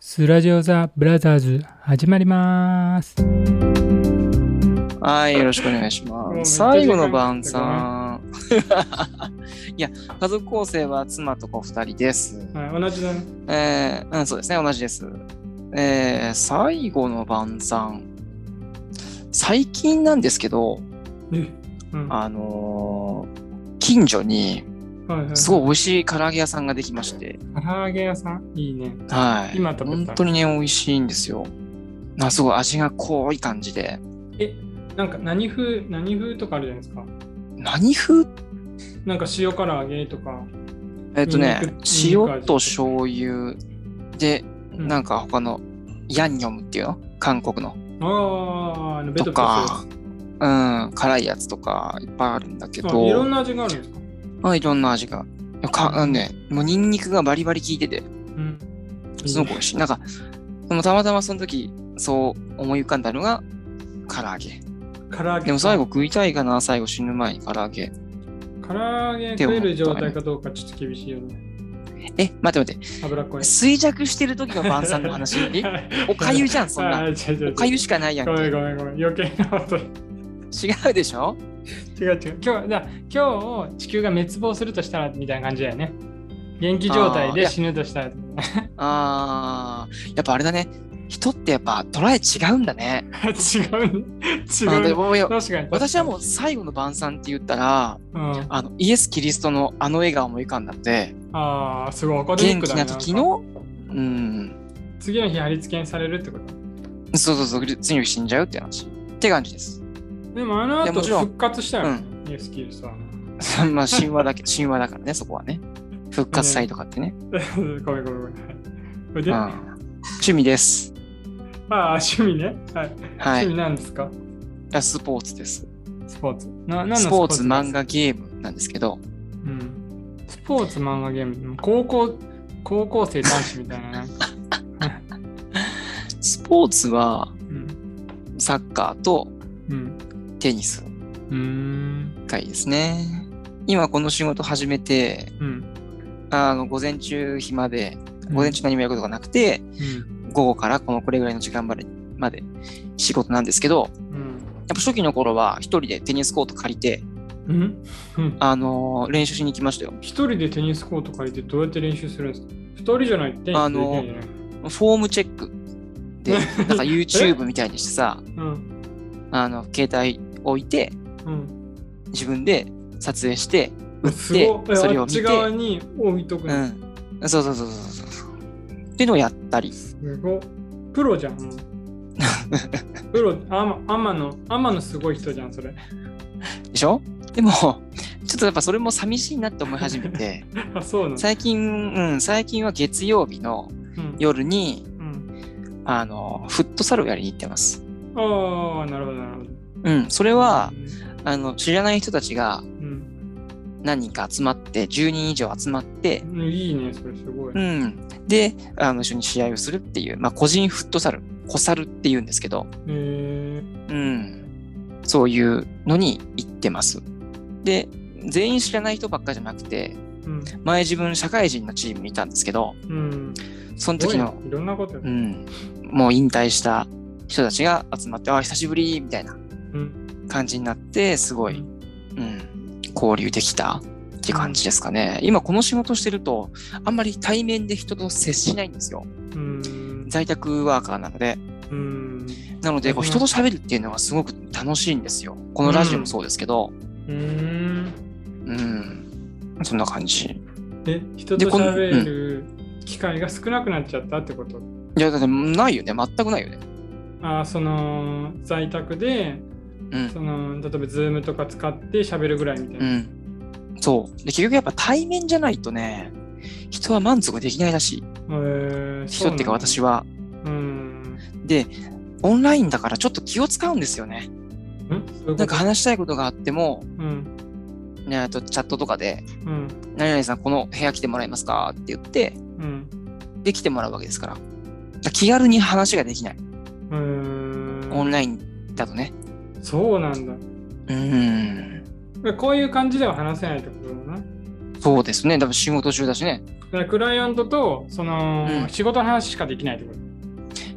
スラジオザブラザーズ始まります。はい、よろしくお願いしまもうめっちゃす。時間最後の晩餐。 いや、家族構成は妻と子2人です。はい、同じだね。えーうん、そうですね、同じです。えー最後の晩餐。最近なんですけど、うん、はあのー近所にいはい。すごい美味しい唐揚げ屋さんができまして、唐揚げ屋さんいいね。はい。今食べた本当にね、美味しいんですよ。なすごい味が濃い感じで。え、なんか何風、何風とかあるじゃないですか。何風なんか塩唐揚げとか。えっとねニンニク、ニンニク味塩と醤油で、うんなんか他のヤンニョムっていうの韓国のああ、あのベトとベトかす、うん、辛いやつとかいっぱいあるんだけるやつあいろどん、な味があるんですかあいろんな味が。かあのね、もうニンニクがバリバリ効いてて、うん。すごく美味しい。なんか、そのたまたまその時、そう思い浮かんだのが、唐揚げ。唐揚げ。でも最後。食いたいかな、最後死ぬ前に唐揚げ。唐揚げ食える状態かどうかちょっと厳しいよね。え、待って待って、脂っこい。衰弱してる時の晩餐の 話えおかゆじゃん、そんあな。ー違う違う違うおかゆしかないやんごめんけ。ごめんごめん。余計なこと。違うでしょ違う違う今日だ今日地球が滅亡するとしたらみたいな感じだよね元気状態あーいでや死ぬとしたら 違あーやっぱあれだね人ってやっぱ捉え違うんだね。うねあの違でうねもいや確かに私はもう最後の晩餐って言ったらうん、ああのイエス・キリストのあの笑顔も浮かんだのであーすごいアカデミ元ック気だ、ね、な時んかのうん次の日貼り付けにされるってことそうそうそう次の日死んじゃうって話って感じです でもあのい後やもちろん復活したよね、ニュースキルスは まあ神話だけ神話だからねそこはね復活祭とかってね、ごめんごめんごめんこれうで、んあ、趣味ですあー趣味ね、はいはい趣い味なんですかやスポーツですスポーツな何のスポーツ漫画、画ゲームなんですけどうん、スポーツ漫画ゲーム高校高校生男子みたいななんか、スポーツはうんサッカーとうんテニスうーん。回ですね。今この仕事始めて、うん。あの、午前中暇で、午前中何もやることがなくて、うん。午後からこのこれぐらいの時間までまで仕事なんですけど、やっうん。ぱ初期の頃は一人でテニスコート借りて、うん。うん。あのー練習しに行きましたよ。一人でテニスコート借りてどうやって練習するんですか二人じゃないとテニスあできなのいよね。フォームチェック で、なんか YouTube みたいにしてさ、うん。あの、携帯置いて、うん。自分で撮影して、打っすごいて、それあをっ見ちて、側に置いとくうの。ん。そうそうそうそうそう。っていうのをやったり。すごい。プロじゃ ん。もうプロ、あま、あまの、あまのすごい人じゃん、それ。 でしょでも、ちょっとやっぱそれも寂しいなって思い始めて、あ、そうなの。最近、うん、最近は月曜日のうん。夜に、うんあの、フットサルをやりに行ってます。ああ、なるほど、なるほど。うん、それは、あの、知らない人たちがうん、何人か集まって、10人以上集まってう、ん。いいね、それすごい。う、うんで、あの、一緒に試合をするっていう、まあ、個人フットサル、コサルっていうんですけど、えうん、そういうのに行ってます。で、全員知らない人ばっかじゃなくて、ー、うん。前自分社会人のチームにいたんですけど、うん。その時のすごいねいろんなことやうる。ん、もう引退した人たちが集まって、あ、久しぶりみたいなうん。感じになって、すごい、うん、交流できたって感じですかね。今この仕事してると、あんまり対面で人と接しないんですよ。うん。在宅ワーカーなので。うん。なので、こううん人と喋るっていうのがすごく楽しいんですよ。このラジオもそうですけど、うん。うん、そんな感じ。え、人とでこの喋る機会が少なくなっちゃったってこと、いや、だってないよね。全くないよね。ああ、その在宅で、うん。その例えば Zoom とか使って喋るぐらいみたいうな。ん。そう。で、結局やっぱ対面じゃないとね、人は満足できないらしい。えー、人っていうか私は。は。うん。で、オンラインだからちょっと気を使うんですよんね。そういうなこんかと話したいことがあっても、うん。ね、あとチャットとかで、うん。何々さんこの部屋来てもらえますかって言って、うん。で、来てもらうわけですから。だから気軽に話ができない。うん。オンラインだとね。そうなんだ。うーん。こういう感じでは話せないってことだな。そうですね。多分仕事中だしね。からクライアントとその、うん仕事の話しかできないってこと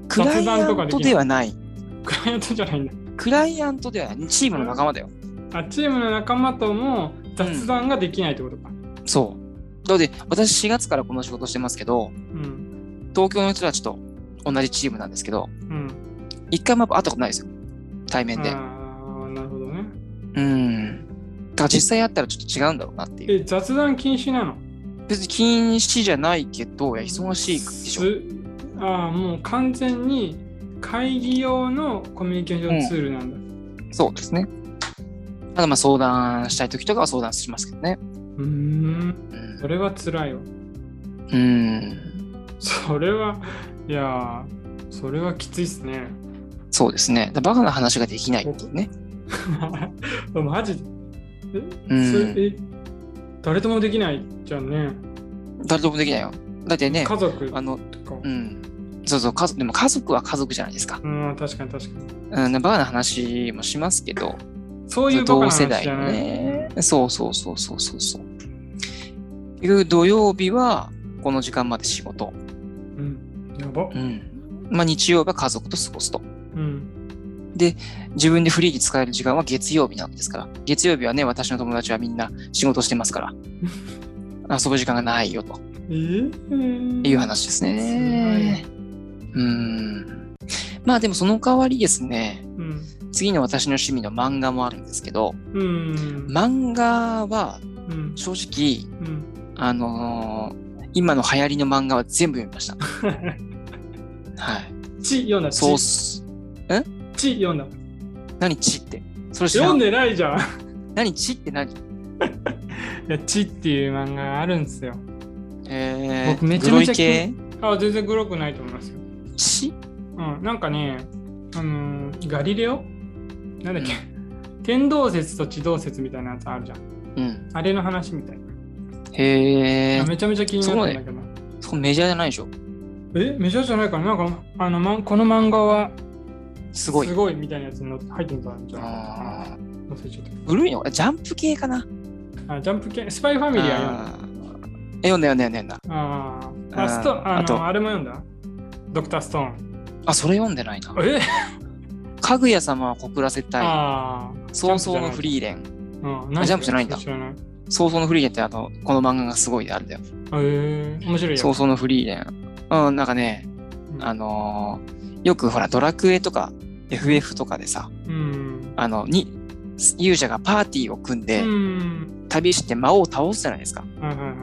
クライア雑談とかンできトないではない。クライアントじゃないんだクライアントではない。チームの仲間だよ。あチームの仲間とも雑談ができないってことかそう。だって、私4月からこの仕事してますけど、うん東京の人たちと同じチームなんですけど、うん一回もやっぱ会ったことないですよ。対面で。ああなるほどねうん。だから実際会ったらちょっと違うんだろうなっていう。え雑談禁止なの別に禁止じゃないけど、いや忙しいでしょ。すああもう完全に会議用のコミュニケーションツールなんだ、そうですね。ただまあ相談したい時とかは相談しますけどね。うーん、うんそれは辛いわ。うん。それは、いやー、それはきついっすね。 そうですね。だからバカな話ができないっていうね。マジで、うそれん。え誰ともできないじゃんね。誰ともできないよ。だってね、家族とかあ。の、うん。そうそう、家族、でも家族は家族じゃないですか。うん、確かに確かに。うん、バカな話もしますけど、そういうバカ同な世話代じゃのない。ね。そうそうそうそうそうそう。結局土曜日はこの時間まで仕事。うん、やばう。ん。まあ日曜日は家族と過ごすと。うん、自分でフリーに使える時間は月曜日なわけですから。月曜日はね、私の友達はみんな仕事してますから。遊ぶ時間がないよとえー、いう話ですね。うん。まあでもその代わりですね、うん。次の私の趣味の漫画もあるんですけど、うん。漫画はうん。正直、うん。あのー今の流行りの漫画は全部読みました。はい。 ち読んだ。そうっちす。ち読んだ。何ちって。それ知ら読んでん。ないじゃん。何ちって何いや、ちっていう漫画があるんですよ。えー、僕めちゃめちゃグロイ系あ、全然グロくないと思いますよ。ちうん、なんかね、あのーガリレオなんだっけ、天動説と地動説みたいなやつあるじゃん。うん。あれの話みたいな。へえ。めちゃめちゃ気になったんだけど。そこメジャーじゃないでしょ。え、メジャーじゃないかななんか、あの、ま、この漫画はすごい。すごいみたいなやつにの入ってみたんじゃん。あー忘れちゃっ古いのかジャンプ系かなた。あ、ジャンプ系、スパイファあミリーは読んだ。ーえ読んだ読んだ読んだ読んだ。あーああ、ーストあのあとあれも読んだドクターストーン。あ、それ読んでないな。えかぐや様は告らせたい。あ早々のフリーレン。あ、うん、あジャンプじゃないんだ知らない。早々のフリーレンってあの、この漫画がすごいであれだよ。えー、面白いよ。早々のフリーレン。うん、なんかね、あのーよくほら、ドラクエとか FF とかでさ、うん。あの、に、勇者がパーティーを組んうで、ん。旅して魔王を倒すじゃないですか。はいはいはい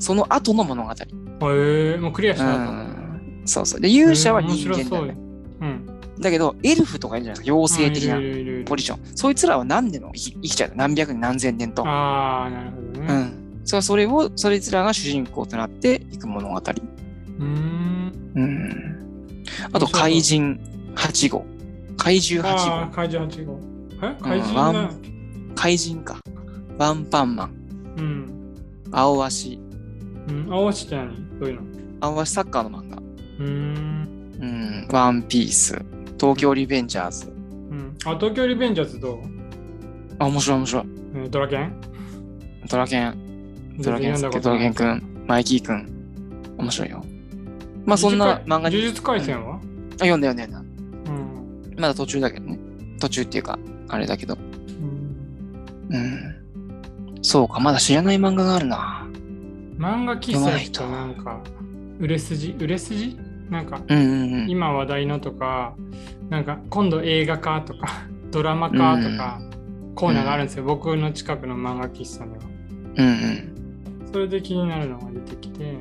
その後の物語。はい。へえもうクリアしうたのん。そうそう。で、勇者はへえ人間だ面よ白ね。そううん。だけど、エルフとかいるじゃないですか。妖精的うんないるいるいるポジション。そいつらは何年も生き生きちゃう。何百年、何千年と。ああ、なるほどうね。ん。そうそれを、そいつらが主人公となっていく物語。うーん。うん。あと、怪人8号。怪獣ああ8、号。怪獣8号。え怪獣ワンな怪人か。ワンパンマン。うん。青足。うん。青足って何どういうの青足サッカーの漫画。うーん。うん。ワンピース。東京リベンジャーズ。うん。あ、東京リベンジャーズどうあ、面白い面白い。えードラケンドラケン。ドラケン全然読んスケ、ドだラこケとンないくん、マイキーくん。面白いよ。まあそんな漫画呪に。術廻戦はあ、読んだ読んだ読んうん。だ。まだ途中だけどね。途中っていうか、あれだけど。うんうん。そうか、まだ知らない漫画があるな。漫画喫茶となんか、売れ筋売れ筋なんか、うんうんうん。今話題のとか、なんか今度映画化とか、 ドラマ化とか、コーナーがあるんですよ、僕の近くの漫画喫茶では。うんうん。それで気になるのが出てきて、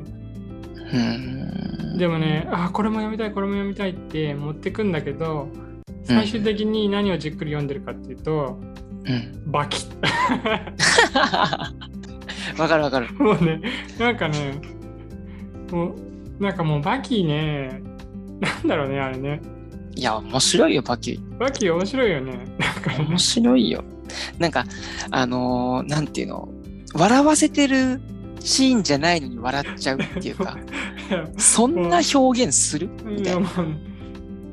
うん。でもね、あこれも読みたい、これも読みたいって持ってくんだけど、最終的に何をじっくり読んでるかっていうと、うん。バキッ。わかるわかる。もうね、なんかね、もう、なんかもうバキね、なんだろうね、あれね。いや、面白いよ、パキ。バキ面白いよね。なんかね面白いよ。なんか、あのーなんていうの、笑わせてるシーンじゃないのに笑っちゃうっていう か、そんな表現するみいたいやな。も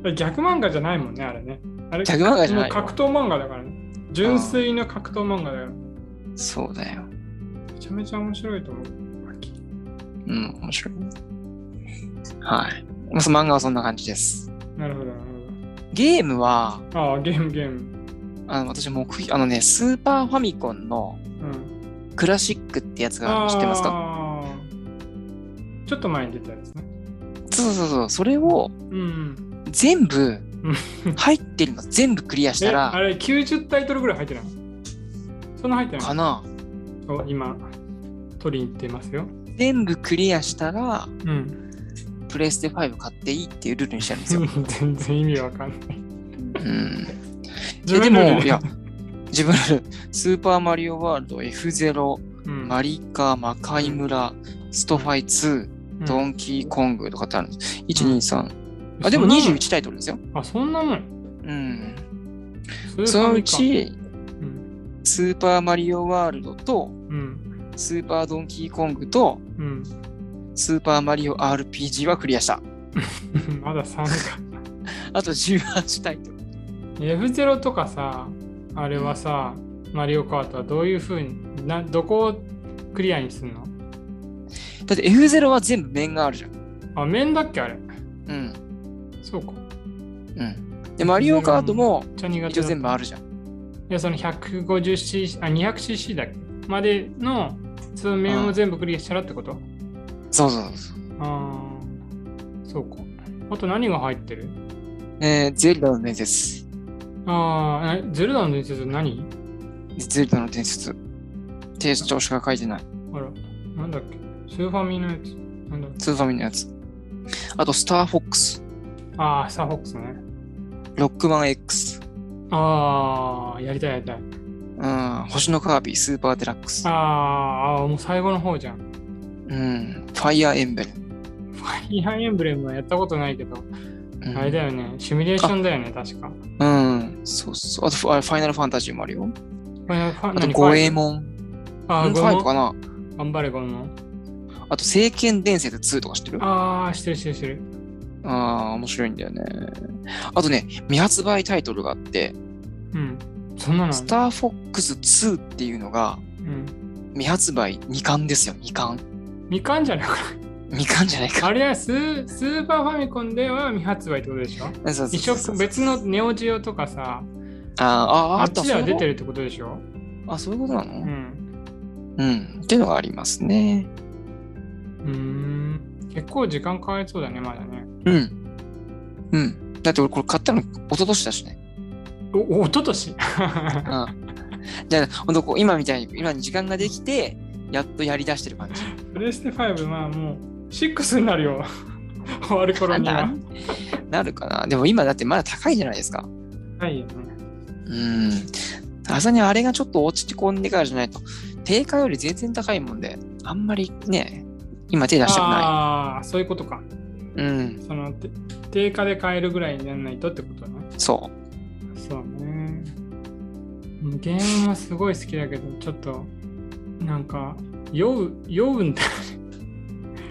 う逆漫画じゃないもんね、あれね。あれギャグ漫画じゃないもう格闘漫画だからね。純粋な格闘漫画だから。そうだよ。めちゃめちゃ面白いと思う。ううん、面白い。はい。まあ、その漫画はそんな感じです。なるほど、なるゲームは、ほど。ああ、ゲーム、ゲーム。あの私もう、あのね、スーパーファミコンのうん。クラシックってやつがあるの知ってますかあーちょっと前に出たやつね。そうそうそう、それをうん。全部うん、入ってるの、全部クリアしえ、たあら、れ、90タイトルぐらい入ってないそんな入ってなかいなお今、取りに行ってますよ。全部クリアしたら、うん。プレステ5買っていいっていうルールにしてあるんですよ。 全然意味わかんない。うん。自えで分のルーも、ルいや、自分のルールスーパーマリオワールド、F0、うん、マリカ、魔界村、ストファイ2、うんドンキーコングとかってあるんです。1、2、3。あ、そでもんなもん21タイトルですよ。あ、そんなもん。うん。スーパーそのうミち、カ、うん。スーパーマリオワールドと、うん。スーパードンキーコングと、うん。 スーパーマリオ RPG はクリアした。まだ3か。あと18タイトル。 F0 とかさ、あれはさ、マリオカートはどういうふうに、などこをクリアにすんのだって F0 は全部面があるじゃん。あ、面だっけあれ。うん。そうか。うん。で、マリオカートもめっちゃ苦手だった一応全部あるじゃん。いや、その 150cc、あ、200cc だっけまでの、その面を全部クリアしたらってことそうそうそう。ああ、そうか。あと何が入ってるえー、ゼルダの伝説。ああ、ゼルダの伝説何ゼルダの伝説。提出書しか書いてない。あら、なんだっけスーファミのやつ。なんだっけスーファミのやつ。あと、スターフォックス。ああ、サフォックスね。ロックマン X。ああ、やりたいやりたい。うん。星のカービィ、スーパーデラックス。あーあー、もう最後の方じゃん。 うん。ファイアーエンベル。ファイアーエンブレムはやったことないけど、うんあれだよね。シミュレーションだよね、確か。うん。そうそう。あとフ、あれファイナルファンタジーもあるよ。これファあと、何ゴエモン。ファイうあんー、フゴエァイモブかン。な頑張れ、ゴエモン。あと、聖剣伝説2とか知ってるあああ、してるしてるしてる。あー、面白いんだよね。あとね、未発売タイトルがあって、うん。そんなのあるスターフォックス2っていうのが、うん。未発売2巻ですよ、2巻。みかんじゃない か。 2巻じゃないか。あれはスースーパーファミコンでは未発売ってことでしょそうそう一そう緒別のネオジオとかさ、あーあー、ああっったちでは出てるる。ってことでしょあ、そういうことなうのん。うん。っていうのがありますね。うーん。結構時間かかりそうだね、まだね。うん。うん。だって俺これ買ったの一昨年だしね。お、おととし。うん。じゃあ、ほんとこう今みたいに、今に時間ができて、やっとやり出して る感じ。 プレステ5、まあもう6になる よ。終わる頃にはな。なるかな。でも今だってまだ高いじゃないですか。はいよね。うん。さすがにあれがちょっと落ち込んでからじゃないと、定価より全然高いもんで、あんまりね、今手出したくなああ、そういうことか。い。うん。その、て定価で買えるぐらいにならないとってことね。そそうね。ゲームはすごい好きだけど、ちょっと、なんか、酔う、酔うんだ。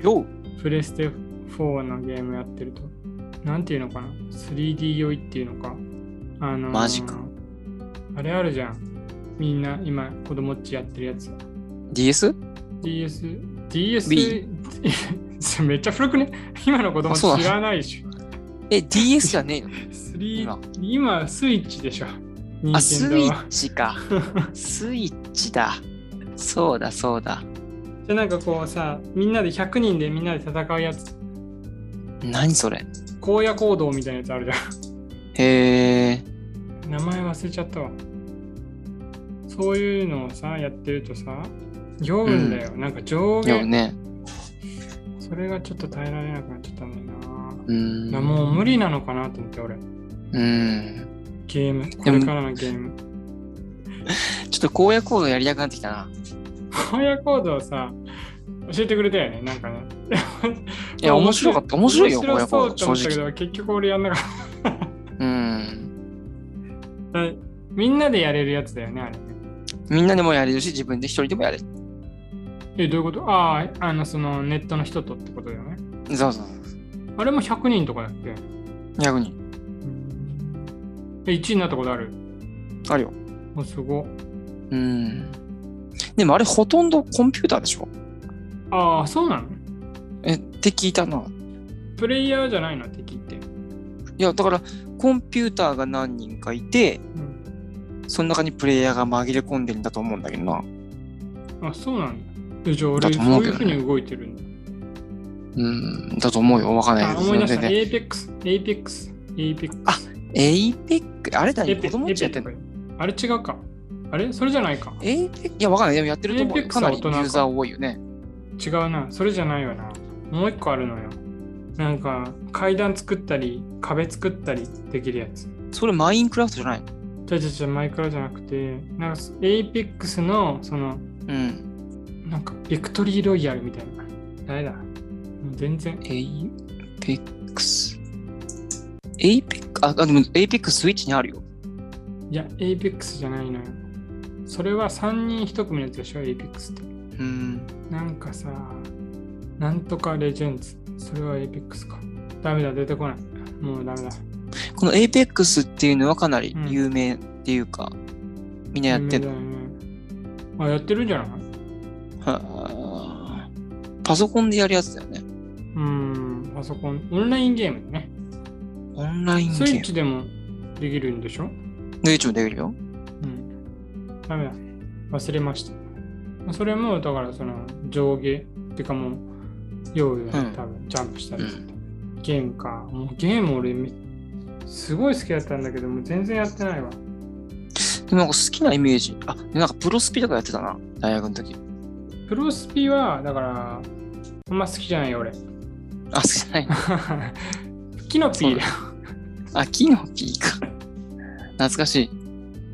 う。よう。プレステ4のゲームやってると。なんていうのかな ?3D 酔いっていうのか。あのーマジかあれあるじゃん。みんな今、子供っちやってるやつ。 DS? DS、DS、 Wii それ めっちゃ古くね今の子供あそうなの知らないでしょ。え、DS じゃねえ の3今今、スイッチでしょ。任あ、ス天イ堂はッチ か。スイッチだ。そうだ、そうだ。じゃあなんかこうさ、みんなで100人でみんなで戦うやつ、何それ。荒野行動みたいなやつあるじへえ。ゃん。名前忘れちゃったわ。そういうのをさ、やってるとさ、酔うんだよ。なんか上よ限、ね。それがちょっと耐えられなくなっちゃったんだよな。だうん。からもう無理なのかなと思って俺。うん。ゲーム、これからのゲーム。ちょっと荒野行動やりたくなってきたな。荒野行動をさ教えてくれたよねなんかねいや、面白かった。面白いよ、荒面野白そう行って動、思ったけ正直。ど結局俺やんなかっうん。たみんなでやれるやつだよねあれねみんなでもやれるし、自分で一人でもやれる。えどういうことあああのそのネットの人とってことだよねそうそうそう。あれも100人とかだっけ逆に。え1位になったことあるあるよ。おすごうん。でもあれ、ほとんどコンピューターでしょああそうなのって聞いたな。プレイヤーじゃないの敵って。いや、だから、コンピューターが何人かいて、うん、その中にプレイヤーが紛れ込んでるんだと思うんだけどな。あ、そうなんだ。えじゃあだ俺、とど思うういけうどふねうに動いてるんだ。うん、だと思うよ。わかんないあ、けど。思い出しそた。れでね。エイペックス、エイペックス、エイペックス。エイペック、あれだエね、ペ子供っちやってんの。あれ違うか。あれそれじゃないか。エイペック、いや、わかんない。でもやってると思うエイペよ。ックスかは大なり人ユかーザー多いよね。違うな。それじゃないよな。もう一個あるのよ。なんか階段作ったり壁作ったりできるやつ。それマインクラフトじゃないのじゃじゃじゃマイクラじゃなくて、なんかエイペックスのそのうん。なんかビクトリーロイヤルみたいな。誰だ全然。エイペックス。エイペック、あ、あでもエイペックススイッチにあるよ。いや、エイペックスじゃないのよ。それは3人1組のやつでしょ、エイペックスって。うん。なんかさ、なんとかレジェンズ。それはエイペックスか。ダメだ、出てこない。もうダメだ。このエイペックスっていうのはかなり有名っていうか、みんなやってる。有名だよねあ、やってるんじゃないはあパソコンでやるやつだよね。うん、パソコン、オンラインゲームね。オンラインゲスイーッチでもできるんでしょム。で、いつもできるよ。うん。ダメだ。忘れました。それも、だからその上下ってかもう、用意だねうん多分ジャンプしたりとか、ゲームか。もうゲーム俺め、すごい好きだったんだけど、もう全然やってないわ。でもなんか好きなイメージ。あ、でもなんかプロスピとかやってたな。大学の時。プロスピは、だから、あんま好きじゃないよ、俺。 あ、好きじゃないな。キノピーだよあ、キノピーか。懐かしい。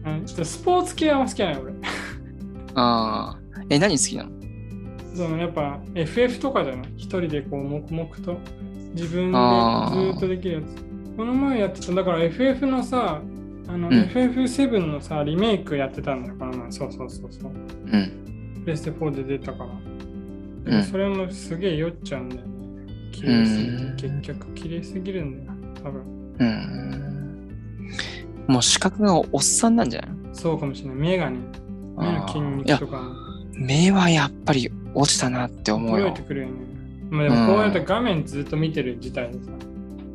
うんちょっとスポーツ系はあんま好きじゃない、俺。ああ。え、何好きなのそのやっぱ FF とかじゃない一人でこう黙々と自分あーでずっとできるやつこの前やってただから FF のさあの、うん FF7 のさリメイクやってたんだよこの前そうそうそうそううん。プレステ4で出たから、うでもんそれもすげえ酔っちゃうんだよね綺麗すぎてうん結局綺麗すぎるんだよ多分うん。もう視覚がおっさんなんじゃないそうかもしれない目がね目の筋あーいや肉とか目はやっぱり落ちたなって思う衰えよて。くるよねまあでもこうやって画面ずっと見てる自体でさ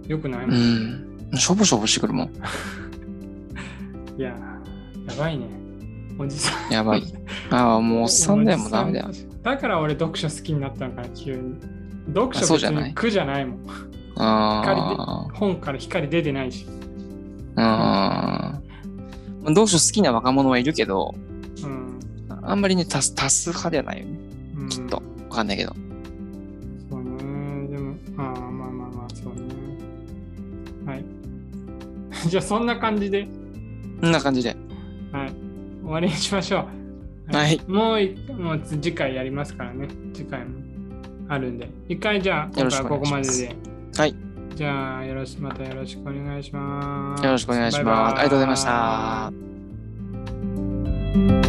よくないもうんん。しょぼしょぼしてくるもん。いやー、やばいね。おじさん。やばい。ああ、もうおっさんだよ、もうダメだよお。じさん。だから俺、読書好きになったのかな、急に。読あ書そう別じゃないに苦じゃないもん。あ本から光出てないし。あ。うん。読書好きな若者はいるけど、うん。あんまりね、多数多数派ではないよね。うん、きっと。わかんないけど。そうね。でも、あーまあまあまあ、そうね。はい。 じゃあ、そんな感じで、こんな感じで。はい。終わりにしましょう。はい。もう一もう次回やりますからね。次回もあるんで。一回じゃあ、よ今ろし回くはお願ここいしままですで。はい。じゃあ、よろしまたよろしくお願いします。よろしくお願いします。ありがとうございました。